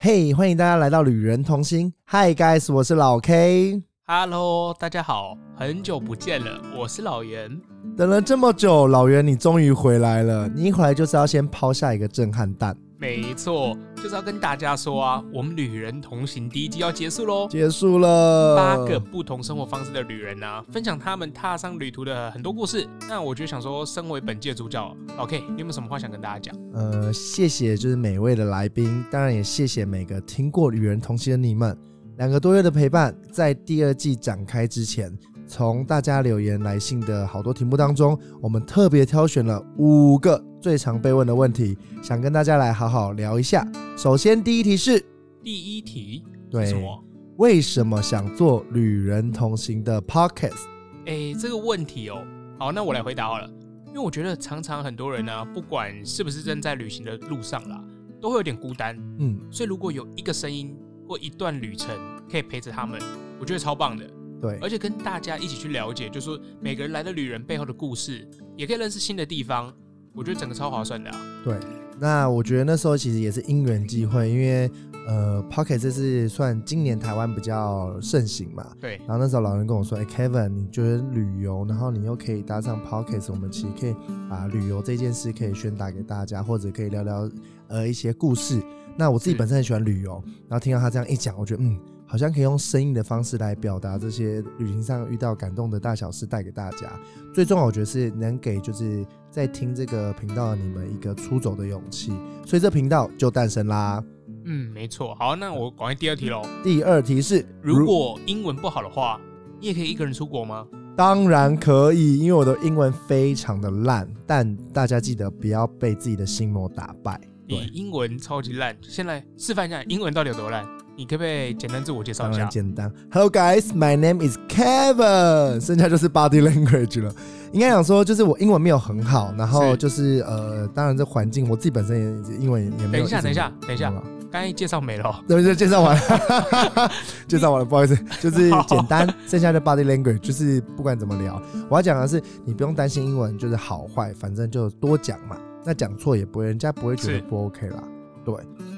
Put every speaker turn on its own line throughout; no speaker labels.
嘿欢迎大家来到旅人同心。Hi guys，我是老 K。
Hello，大家好，很久不见了，我是老袁。
等了这么久，老袁你终于回来了。
嗯
你一回来就是要先抛下一个震撼弹。
没错，就是要跟大家说啊，我们旅人同行第一季要结束喽。
结束了，
八个不同生活方式的旅人啊，分享他们踏上旅途的很多故事。那我就想说，身为本届主角老 K，你有没有什么话想跟大家讲？
呃，谢谢就是每位的来宾，当然也谢谢每个听过《与人同行》的你们。两个多月的陪伴，在第二季展开之前，从大家留言来信的好多题目当中，我们特别挑选了五个最常被问的问题，想跟大家来好好聊一下。首先，第一题是
第一题
对
是什么？
为什么想做《旅人同行》的 Podcast？
哎，这个问题哦，好，那我来回答好了。因为我觉得常常很多人呢、不管是不是正在旅行的路上啦，都会有点孤单。
嗯，
所以如果有一个声音或一段旅程可以陪着他们，我觉得超棒的。
对，
而且跟大家一起去了解，就是说每个人来的旅人背后的故事，也可以认识新的地方。我觉得整个超划算的、啊。
对，那我觉得那时候其实也是因缘际会，因为呃，Pocket 这是算今年台湾比较盛行嘛。
对，
然后那时候老人跟我说：“哎、k e v i n 你觉得旅游，然后你又可以搭上 Pocket，我们其实可以把旅游这件事可以宣达给大家，或者可以聊聊呃一些故事。”那我自己
是
本身很喜欢旅游，然后听到他这样一讲，我觉得嗯，好像可以用声音的方式来表达这些旅行上遇到感动的大小事带给大家。最重要，我觉得是能给就是在听这个频道的你们一个出走的勇气，所以这频道就诞生啦。
嗯，没错。好，那我赶快第二题喽。
第二题是，
如果英文不好的话，你也可以一个人出国吗？
当然可以，因为我的英文非常的烂，但大家记得不要被自己的心魔打败。
你
对，
英文超级烂，先来示范一下英文到底有多烂。你可不可以简单自我介绍
当
一
然
下？
简单。Hello guys, my name is Kevin，剩下就是 body language 了。应该讲说，就是我英文没有很好，然后
是
就是呃，当然这环境我自己本身也英文也也没有。
等一下，等一，下，等一下
嗯，啊
刚才介绍没了哦。
对，就介绍完 了，介绍完了，不好意思，就是简单，剩下的 body language 就是不管怎么聊，我要讲的是，你不用担心英文就是好坏，反正就多讲嘛，那讲错也不会，人家不会觉得
是
不 OK 啦。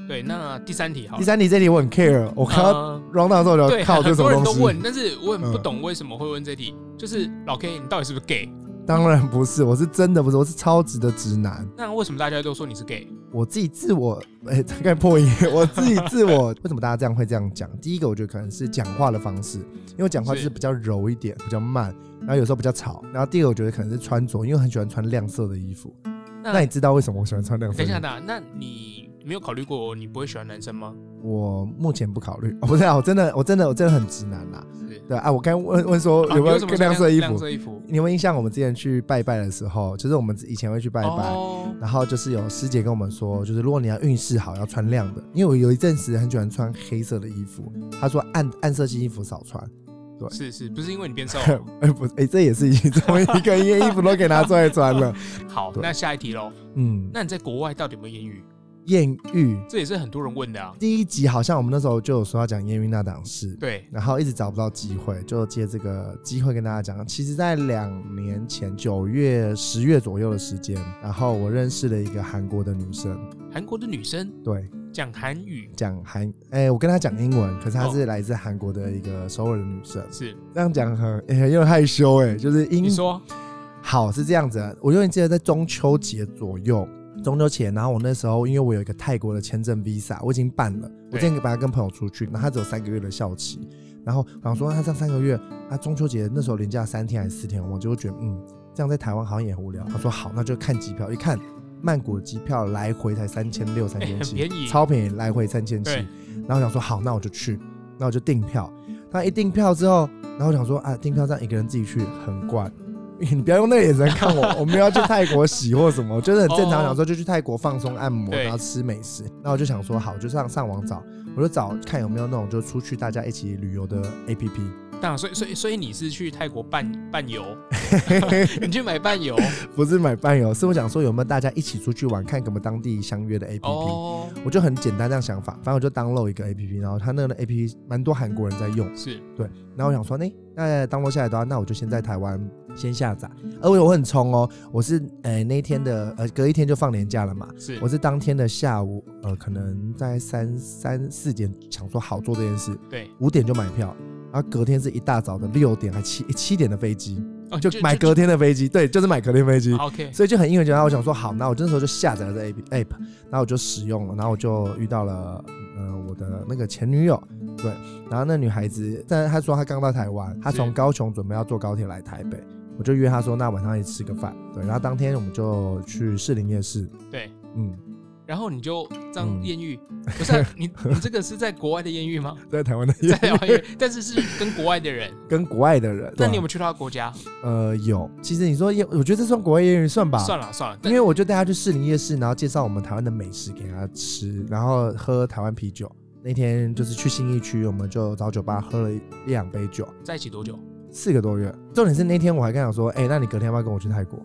对，那第三题好了。
第三题这里我很 care，我看到
嗯
round down 之后我就
对，
靠这
很
什
多
么
人都
东
问
西，，嗯
但是我很不懂为什么会问这题。就是老 K，你到底是不是 gay？
当然不是，我是真的不是，我是超级的直男，
那为什么大家都说你是 gay？
我自己自我，哎、大概破音，我自己自 我，为什么大家这样会这样讲？第一个我觉得可能是讲话的方式，因为我讲话就是
是
比较柔一点，比较慢，然后有时候比较吵。然后第二个我觉得可能是穿着，因为我很喜欢穿亮色的衣服。
那
那你知道为什么我喜欢穿亮色
等
的衣
一下，
服？
等一下，那你没有考虑过你不会喜欢男生吗？
我目前不考虑，哦、不是啊，我真的，我真的，我真的很直男啦。
是
对啊，我刚问问说
啊
有没有
你为什么
跟
穿亮
亮色衣
亮
服？
色衣服？
你有没有印象？我们之前去拜拜的时候，就是我们以前会去拜拜，
哦，
然后就是有师姐跟我们说，就是如果你要运势好，要穿亮的，因为我有一阵子很喜欢穿黑色的衣服，她说暗暗色系衣服少穿。
是是，不是因为你变瘦？
哎、不，哎、这也是其中一个，因为衣服都给拿出来穿了。
好，
对
那下一题喽。
嗯，
那你在国外到底有没有艳遇？
艳遇
这也是很多人问的啊。
第一集好像我们那时候就有说要讲艳遇那档事，
对，
然后一直找不到机会，就借这个机会跟大家讲，其实，在两年前九月、十月左右的时间，然后我认识了一个韩国的女生，
韩国的女生
对，
讲韩语
讲韩，哎、我跟她讲英文，可是她
哦
是来自韩国的一个首尔的女生，
是，
这样讲很、 哎很有点害羞哎、就是英
你说
好是这样子的，我永远记得在中秋节左右，中秋节，然后我那时候因为我有一个泰国的签证 visa，我已经办了，我
对
之前把它跟朋友出去，然后他只有三个月的效期，然后我想说他这样三个月，啊中秋节那时候连假三天还是四天，我就会觉得嗯，这样在台湾好像也很无聊。他说好，那就看机票，一看曼谷的机票来回才三千六、三千
哎很
七，
便宜
超便宜，来回三千七
对。
然后我想说好，那我就去，那我就订票。那一订票之后，然后我想说啊，订票这样一个人自己去很怪。你不要用那个眼神看我，我没有要去泰国洗或什么，我觉得很正常。
哦
想说就去泰国放松按摩，
对
然后吃美食。那我就想说好，就上上网找，我就找看有没有那种就出去大家一起旅游的 APP。
那所以所以所以你是去泰国伴伴 游， 你去买伴游
不是买伴游，是我想说有没有大家一起出去玩，看有没有当地相约的 APP。
哦，
我就很简单这样想法，反正我就 download 一个 APP，然后它那个 APP 蛮多韩国人在用，
是
嗯然后我想说，哎、那 download 下来的话，那我就先在台湾先下载。而我我很冲哦，我是呃那一天的呃隔一天就放年假了嘛，
是
我是当天的下午呃可能在三三四点想说好做这件事，
对，
五点就买票，然后隔天是一大早的六点还七七点的飞机，
哦
就哦买隔天的飞机，对，就是买隔天飞机。
好 OK，
所以就很因为这样，我想说好，那我那时候就下载了这 A P app，然后我就使用了，然后我就遇到了呃我的那个前女友，对，然后那女孩子，但是她说她刚到台湾，她从
是
高雄准备要坐高铁来台北，我就约她说那晚上一起吃个饭，对，然后当天我们就去士林夜市，
对，
嗯，
然后你就这
嗯
样艳遇，不是啊、你你这个是在国外的艳遇吗？
在台湾的
在台湾艳遇，但是是跟国外的人。
跟国外的人，
那
对啊
你有没有去到他国家？
呃有，其实你说也，我觉得这算国外业余算吧，
算了算了，
因
但
为我就带他去士林夜市，然后介绍我们台湾的美食给他吃，然后喝台湾啤酒。那天就是去新义区，我们就找酒吧喝了一两杯酒，
在一起多久？
四个多月。重点是那天我还跟他讲说，哎、那你隔天要不要跟我去泰国？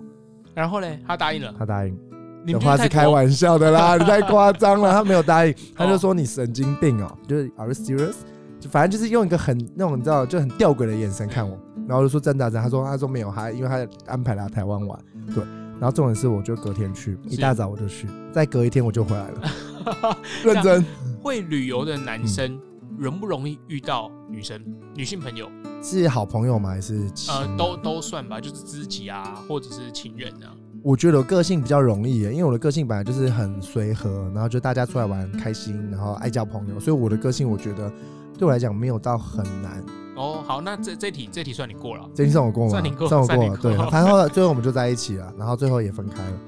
然后嘞，他答应了。
他答应。
你
的
们
话
就是去
开
泰国，
玩笑的 啦，你太夸张了。他没有答应，他
哦
就说你神经病哦、就是 Are you serious？就反正就是用一个很那种你知道就很吊诡的眼神看我，然后我就说真的啊真的啊，他说他说没有，他因为他安排来台湾玩，对。然后重点是，我就隔天去，一大早我就去，再隔一天我就回来了， 认真。
会旅游的
嗯
男生容不容易遇到女生、女性朋友？
是好朋友吗？还是亲
呃，都都算吧，就是知己啊，或者是情人啊。
我觉得我个性比较容易耶，因为我的个性本来就是很随和，然后就大家出来玩开心，然后爱交朋友，所以我的个性我觉得对我来讲没有到很难。
哦，好，那这这题这题算你过了。
这你算我过吗？
算你过
算我
算你
了。
过
对，然后最后我们就在一起啊了，然后最后也分开了。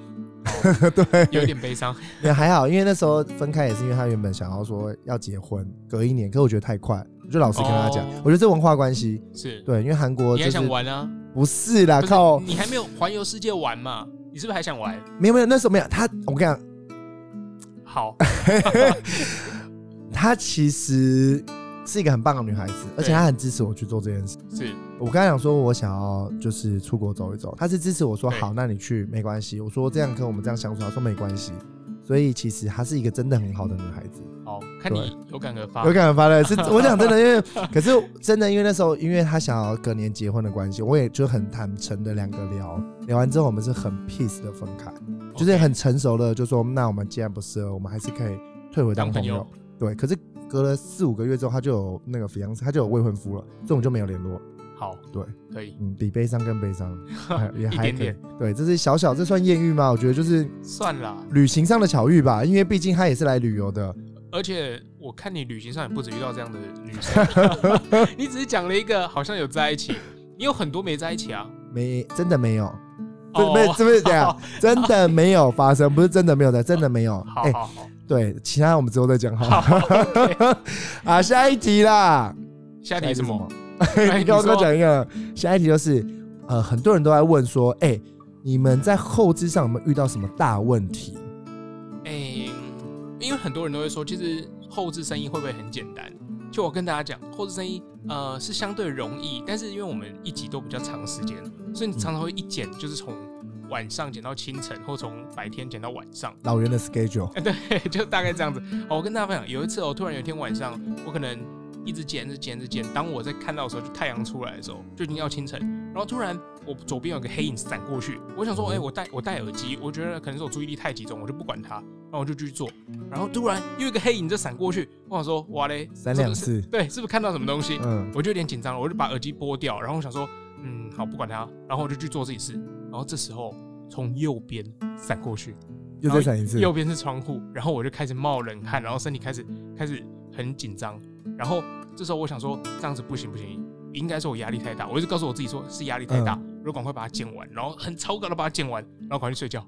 有点悲 伤。
也还好，因为那时候分开也是因为他原本想要说要结婚，隔一年，可我觉得太快，我就老实跟他讲，
哦
我觉得这文化关系，
是，
对，因为韩国
你
就
还
是
想玩啊？
不是啦，
不是
靠，
你还没有环游世界玩嘛？你是不是还想玩？
没有没有，那时候没有他，我跟你讲，
好，
她其实是一个很棒的女孩子，而且
对
她很支持我去做这件事。
是
我跟她讲说，我想要就是出国走一走，她是支持我说
对
好，那你去没关系。我说这样跟我们这样相处，她说没关系。所以其实她是一个真的很好的女孩子，
好，看你有感而发
有。感而发 的是，我讲真的，因为可是真的，因为那时候因为她想要隔年结婚的关系，我也就很坦诚的两个聊，聊完之后我们是很 peace 的分开，就是很成熟的就说，那我们既然不适合，我们还是可以退回当
当
朋
朋
友
友。
对，可是隔了四五个月之后，他就有那个 fiance，他就有未婚夫了，所以我们就没有联络。
好，
对，
可以，
嗯，比悲伤更悲 伤，还也
一
还
点
可以
点。
对，这是小小，这算艳遇吗？我觉得就是
算啦。
旅行上的巧遇吧，因为毕竟他也是来旅游的。
而且我看你旅行上也不止遇到这样的女生， 你只是讲了一个好像有在一起，你有很多没在一起 啊。
没，真的没有，
哦
不是不是不是这样
好，
真的没有发生，不是真的没有的，真的没有。
好
哎，
好好，
对，其他我们之后再讲好了。
好 OK
啊，下一题啦，
下一题是什么？？哎
你跟我
你说
讲一个，下一题就是，呃，很多人都在问说，哎、你们在后置上有没有遇到什么大问题？
哎、因为很多人都会说，其实后置生意会不会很简单？就我跟大家讲，后置生意呃是相对容易，但是因为我们一集都比较长时间，所以你常常会一剪就是从晚上剪到清晨，或从白天剪到晚上。
老袁的 schedule，
哎，对，就大概这样子。好，我跟大家分享，有一次哦，突然有一天晚上，我可能一直剪，一直剪，一直剪。当我在看到的时候，就太阳出来的时候，就已经要清晨。然后突然我左边有个黑影闪过去，我想说，哎、我戴我戴耳机，我觉得可能是我注意力太集中，我就不管它，然后我就继续做。然后突然又一个黑影就闪过去，我想说，哇嘞，
三
是不
两
是
次，
对，是不是看到什么东西？
嗯，
我就有点紧张了，我就把耳机拨掉，然后我想说，嗯，好，不管它，然后我就去做自己事。然后这时候从右边闪过去。
又再闪一次，
右边是窗户，然后我就开始冒冷
嗯
汗，然后身体开始开始很紧张，然后这时候我想说这样子不行不行，应该是我压力太大，我一直告诉我自己说是压力太大，
嗯
我就赶快把它剪完，然后很超赶的把它剪完，然后赶快去睡觉。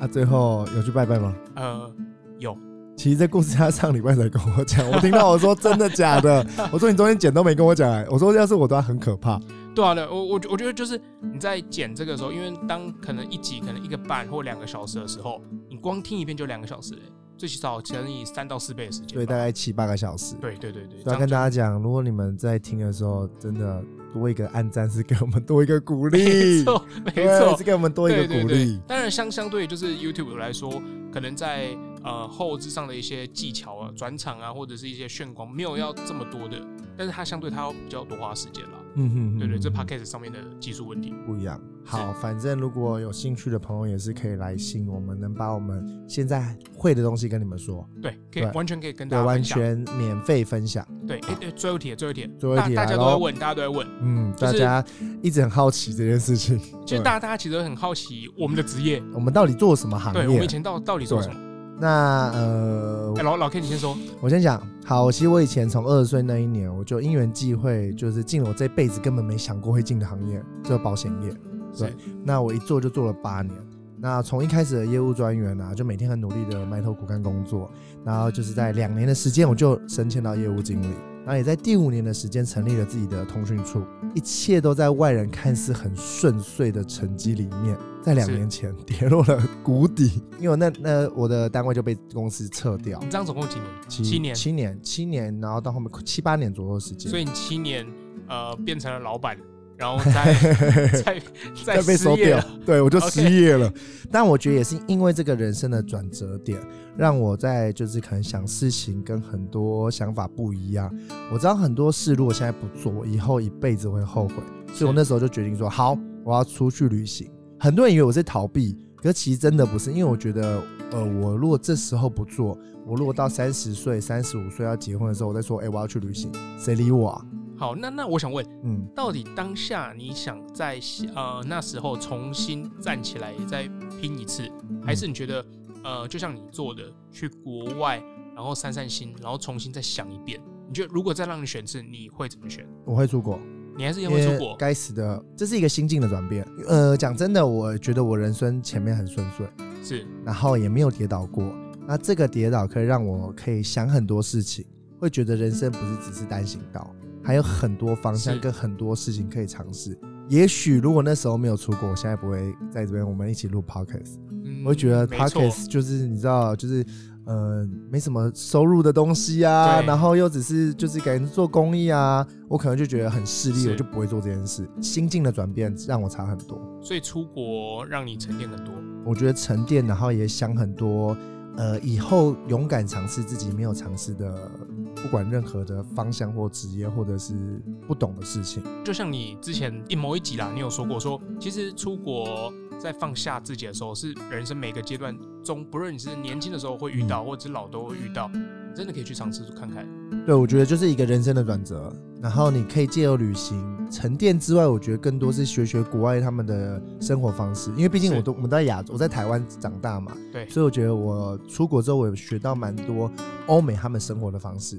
啊，最后有去拜拜吗？
呃，有，
其实这故事他上礼拜才跟我讲，我听到我说真的假的，我说你中间剪都没跟我讲、哎我说要是我的话很可怕，
对啊，对，我我我觉得就是你在剪这个时候，因为当可能一集可能一个半或两个小时的时候，你光听一遍就两个小时、欸，最起少乘以三到四倍的时间
对，
吧。
大概七八个小时。
对对对对，
所以要
这
跟
样
大家讲，如果你们在听的时候，真的多一个暗赞是给我们多一个鼓励
没，错 没
对
错
是，给我们多一个
对
鼓
对
励。
对，当然相相对就是 YouTube 来说，可能在呃后置上的一些技巧啊、转场啊，或者是一些炫光，没有要这么多的，但是它相对它要比较多花时间啦。
嗯哼，
对对，这
嗯
podcast 上面的技术问题。
不一样。好，反正如果有兴趣的朋友也是可以来信，我们能把我们现在会的东西跟你们说，
对，可以
对
完全可以跟大
对，
家
完
分享。
全免费分享。
对，哎对，最后一题了，最后一题了，
最后一
大
题
大
来
家都在
咯
问，大家都在问。
嗯，
就
大
是
家一直很好奇这件事情，
其
对
实大家大家其实都很好奇我们的职业，
我们到底做什么行
对我们
业
以？前到到底做什么？
那呃
哎，，老老 K 你先说。
我先讲。好，其实我以前从二十岁那一年，我就因缘际会，就是进了我这辈子根本没想过会进的行业，就是保险业。对
是，
那我一做就做了八年。那从一开始的业务专员啊，就每天很努力的埋头苦干工作，然后就是在两年的时间，我就升迁到业务经理，然后也在第五年的时间成立了自己的通讯处，一切都在外人看似很顺遂的成绩里面，在两
是
年前跌落了谷底，因为我那那我的单位就被公司撤掉
你，这样总共几年？七年
七年七年，然后到后面七八年左右的时间，
所以你七年呃变成了老板，然后 再再再
再被
失
收
业
掉
了。，
对我就
OK
失业了。但我觉得也是因为这个人生的转折点，让我在就是可能想事情跟很多想法不一样。我知道很多事如果现在不做，我以后一辈子会后悔。所以我那时候就决定说，好，我要出去旅行。很多人以为我是逃避，可是其实真的不是，因为我觉得，呃，我如果这时候不做，我如果到三十岁、三十五岁要结婚的时候，我再说，哎、我要去旅行，谁理我啊？
好，那那我想问，
嗯，
到底当下你想在呃那时候重新站起来再拼一次，还是你觉得呃就像你做的去国外，然后散散心，然后重新再想一遍？你觉得如果再让你选一次，你会怎么选？
嗯我会出国。
你还是因
因
为出
为
国？
该死的，这是一个心境的转变。呃，讲真的，我觉得我人生前面很顺遂，
是
然后也没有跌倒过。那这个跌倒可以让我可以想很多事情，会觉得人生不是只是单行道，还有很多方向
是
跟很多事情可以尝试。也许如果那时候没有出国，我现在不会在这边我们一起录 podcast。
嗯
我会觉得
没错
podcast 就是你知道，就是呃没什么收入的东西啊，
对
然后又只是就是感觉做公益啊，我可能就觉得很势利，
是
我就不会做这件事。心境的转变让我差很多，
所以出国让你沉淀很多。
我觉得沉淀，然后也想很多，呃，以后勇敢尝试自己没有尝试的，不管任何的方向或职业，或者是不懂的事情。
就像你之前一某一集啦，你有说过说，其实出国在放下自己的时候，是人生每个阶段中，不论你是年轻的时候会遇到，或者是老都会遇到，你真的可以去尝试看看。
对，我觉得就是一个人生的转折。然后你可以借由旅行沉淀之外，我觉得更多是学学国外他们的生活方式，因为毕竟
是
我都我们都在亚洲，我在台湾长大嘛，
对
所以我觉得我出国之后，我有学到蛮多欧美他们生活的方式。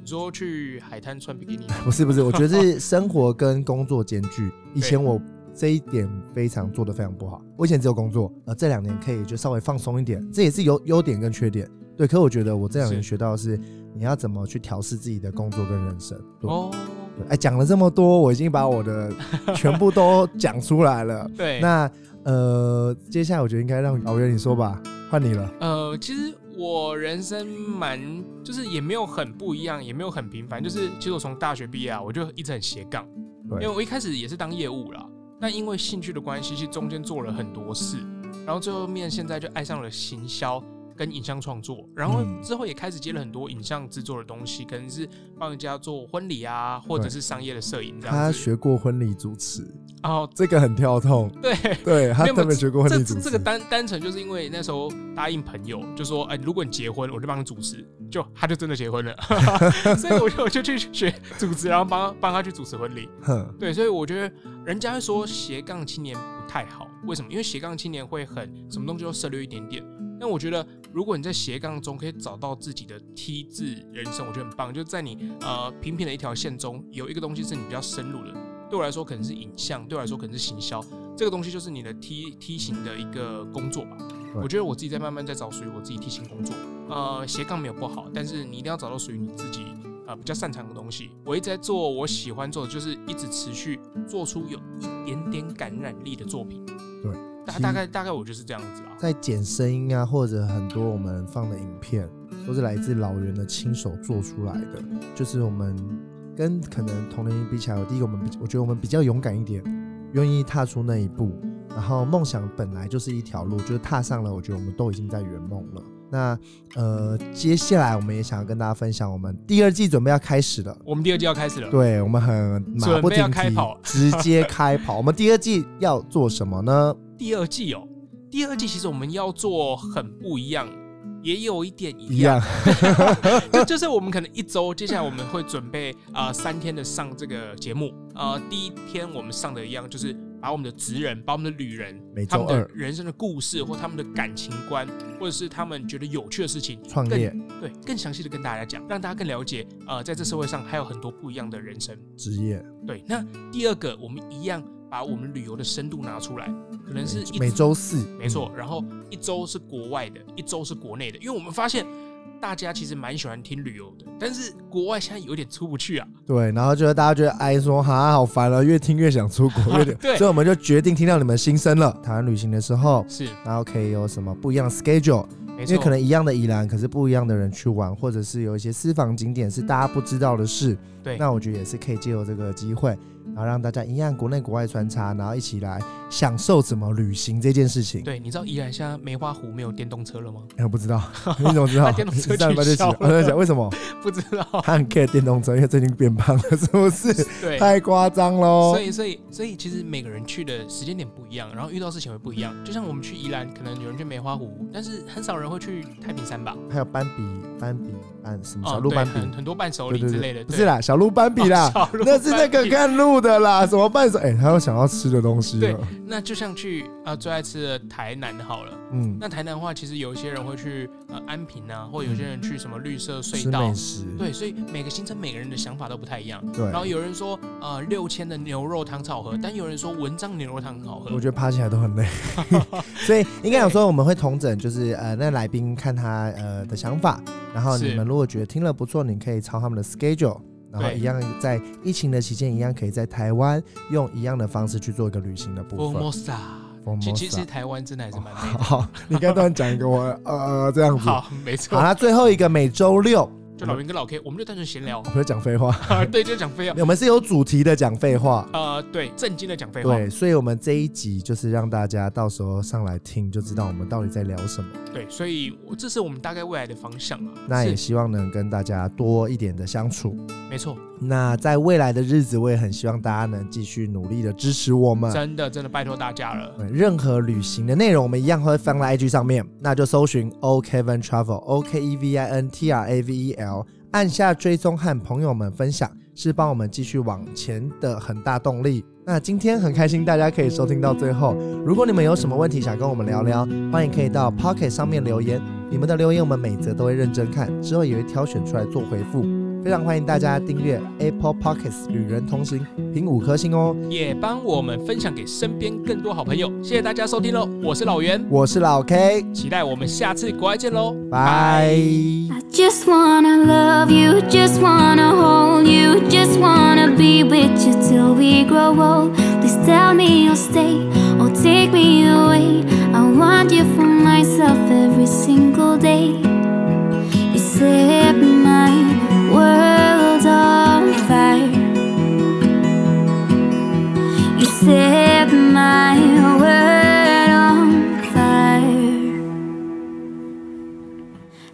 你说去海滩穿比基尼，
不是不是，我觉得 是生活跟工作兼具。以前我这一点非常做的非常不好，我以前只有工作，呃，这两年可以就稍微放松一点，这也是有优点跟缺点。对，可我觉得我这两年
是
学到的是，你要怎么去调试自己的工作跟人生。对
哦，
对哎，讲了这么多，我已经把我 的全部都讲出来了。
对，
那呃，接下来我觉得应该让老袁你说吧，换你了。
呃，其实我人生蛮就是也没有很不一样，也没有很平凡，就是其实我从大学毕业啊，我就一直很斜杠，因
对
为我一开始也是当业务啦，但因为兴趣的关系，其实中间做了很多事，然后最后面现在就爱上了行销跟影像创作，然后
嗯
之后也开始接了很多影像制作的东西，可能是帮人家做婚礼啊，或者
对
是商业的摄影这
他
样子。
学过婚礼主持，
哦，
这个很跳痛。
对，
对他
没有
特别学过婚
这
礼主
这
持，
这个单单纯就是因为那时候答应朋友，就说哎、如果你结婚，我就帮你主持，就他就真的结婚了， 所以我就我就去学主持，然后帮帮他去主持婚礼。
哼，
对，所以我觉得人家会说斜杠青年不太好，为什么？因为斜杠青年会很什么东西都涉略一点点。但我觉得，如果你在斜杠中可以找到自己的 T 字人生，我觉得很棒。就在你呃平平的一条线中，有一个东西是你比较深入的。对我来说，可能是影像；对我来说，可能是行销。这个东西就是你的 T T 型的一个工作吧。
对
我觉得我自己在慢慢在找属于我自己 T 型工作。呃，斜杠没有不好，但是你一定要找到属于你自己呃比较擅长的东西。我一直在做我喜欢做的，就是一直持续做出有一点点感染力的作品。
对，
大
其
大概大概我就是这样子啊啦。
在剪声音啊，或者很多我们放的影片，都是来自老人的亲手做出来的。就是我们跟可能同龄人比起来，第一个我们比我觉得我们比较勇敢一点，愿意踏出那一步。然后梦想本来就是一条路，就是踏上了，我觉得我们都已经在圆梦了。那呃，接下来我们也想要跟大家分享，我们第二季准备要开始了。
我们第二季要开始了。
对，我们很马不
准备要
停
开
蹄
跑，
直接开跑。我们第二季要做什么呢？
第二季哦，第二季其实我们要做很不一样，也有一点 一
一
样，
样，
就就是我们可能一周，接下来我们会准备呃三天的上这个节目。呃，第一天我们上的一样就是把我们的职人，把我们的旅人
每，
他
周
们的
二
人生的故事或他们的感情观，或者是他们觉得有趣的事情，
创业、
对，更详细的跟大家讲，让大家更了解，呃，在这社会上还有很多不一样的人生。
职业，
对，那第二个，我们一样把我们旅游的深度拿出来，可能是一
每每周四，
没错，然后一周是国外的，一周是国内的，因为我们发现大家其实蛮喜欢听旅游的，但是国外现在有点出不去啊。
对，然后就是大家觉得哀说哈好烦了，越听越想出 国，越
对
所以我们就决定听到你们心声了。台湾旅行的时候，
是，
然后可以有什么不一样的 schedule？
没
因为
错，
可能一样的宜兰，可是不一样的人去玩，或者是有一些私房景点是大家不知道的事。
对
那我觉得也是可以借由这个机会，然后让大家一样国内国外穿插，然后一起来享受怎么旅行这件事情。
对，你知道宜兰现在梅花湖没有电动车了吗？
哎，我不知道，你怎么知道？
他电动车
上礼拜就知
取
道
消，
我在想为什么
不知道。
他很 care 电动车，因为最近变胖了，是不是？
对，
太夸张喽
所！以所以所以其实每个人去的时间点不一样，然后遇到事情会不一样。就像我们去宜兰，可能有人去梅花湖，但是很少人会去太平山吧？
还有斑比、斑比、斑什么
哦
小鹿
对哦
斑
很
比，
很多伴手
对
礼
对
之
对
类的，
不
对
是啦，小鹿斑比啦，
小 鹿
那是那
斑
个
比
看路的啦，什么伴手？哎，他又想要吃的东西哦
对
了。
那就像去呃最爱吃的台南好了。
嗯，
那台南的话，其实有一些人会去呃安平啊，或有些人去什么绿色隧
吃
道
美，食，
对，所以每个行程每个人的想法都不太一样。
对
然。后有人说呃六千的牛肉汤超好喝，但有人说文章牛肉汤很好喝
我。觉得爬起来都很累， 所以应该有说我们会同整，就是呃，那来宾看他呃的想法，然后
是
你们如果觉得听了不错，你可以抄他们的 schedule，然后
对
一样在疫情的期间，一样可以在台湾用一样的方式去做一个旅行的部分。
Formosa，其其实台湾真的还是蛮美 的。
好，你刚才突然讲一个我呃这样子，
好，没错
好，，那最后一个每周六，
就老袁跟老 K，我们就单纯闲聊
我，们在讲废话，
对，就讲废话。
我们是有主题的讲废话。
呃，对，正经的讲废话，
对，所以，我们这一集就是让大家到时候上来听，就知道我们到底在聊什么。
对，所以我这是我们大概未来的方向啊。
那也
是
希望能跟大家多一点的相处。
没错，
那在未来的日子，我也很希望大家能继续努力的支持我们。
真的真的拜托大家了。
对任何旅行的内容，我们一样会放在 IG 上面，那就搜寻 O Kevin Travel O K E V I N T R A V E L，按下追踪和朋友们分享，是帮我们继续往前的很大动力。那今天很开心大家可以收听到最后，如果你们有什么问题想跟我们聊聊，欢迎可以到 Pocket 上面留言，你们的留言我们每则都会认真看，之后也会挑选出来做回复。非常欢迎大家订阅 Apple Pockets 旅人同行，评五颗星哦。
也帮我们分享给身边更多好朋友。谢谢大家收听喽，我是老袁，
我是老 K，
期待我们下次国外见喽，
拜。
I just wanna love you, just wanna hold you, just wanna be with you till we grow old. Please tell me you'll stay or take me away. I want you for myself every single day. You set my world on fire. You set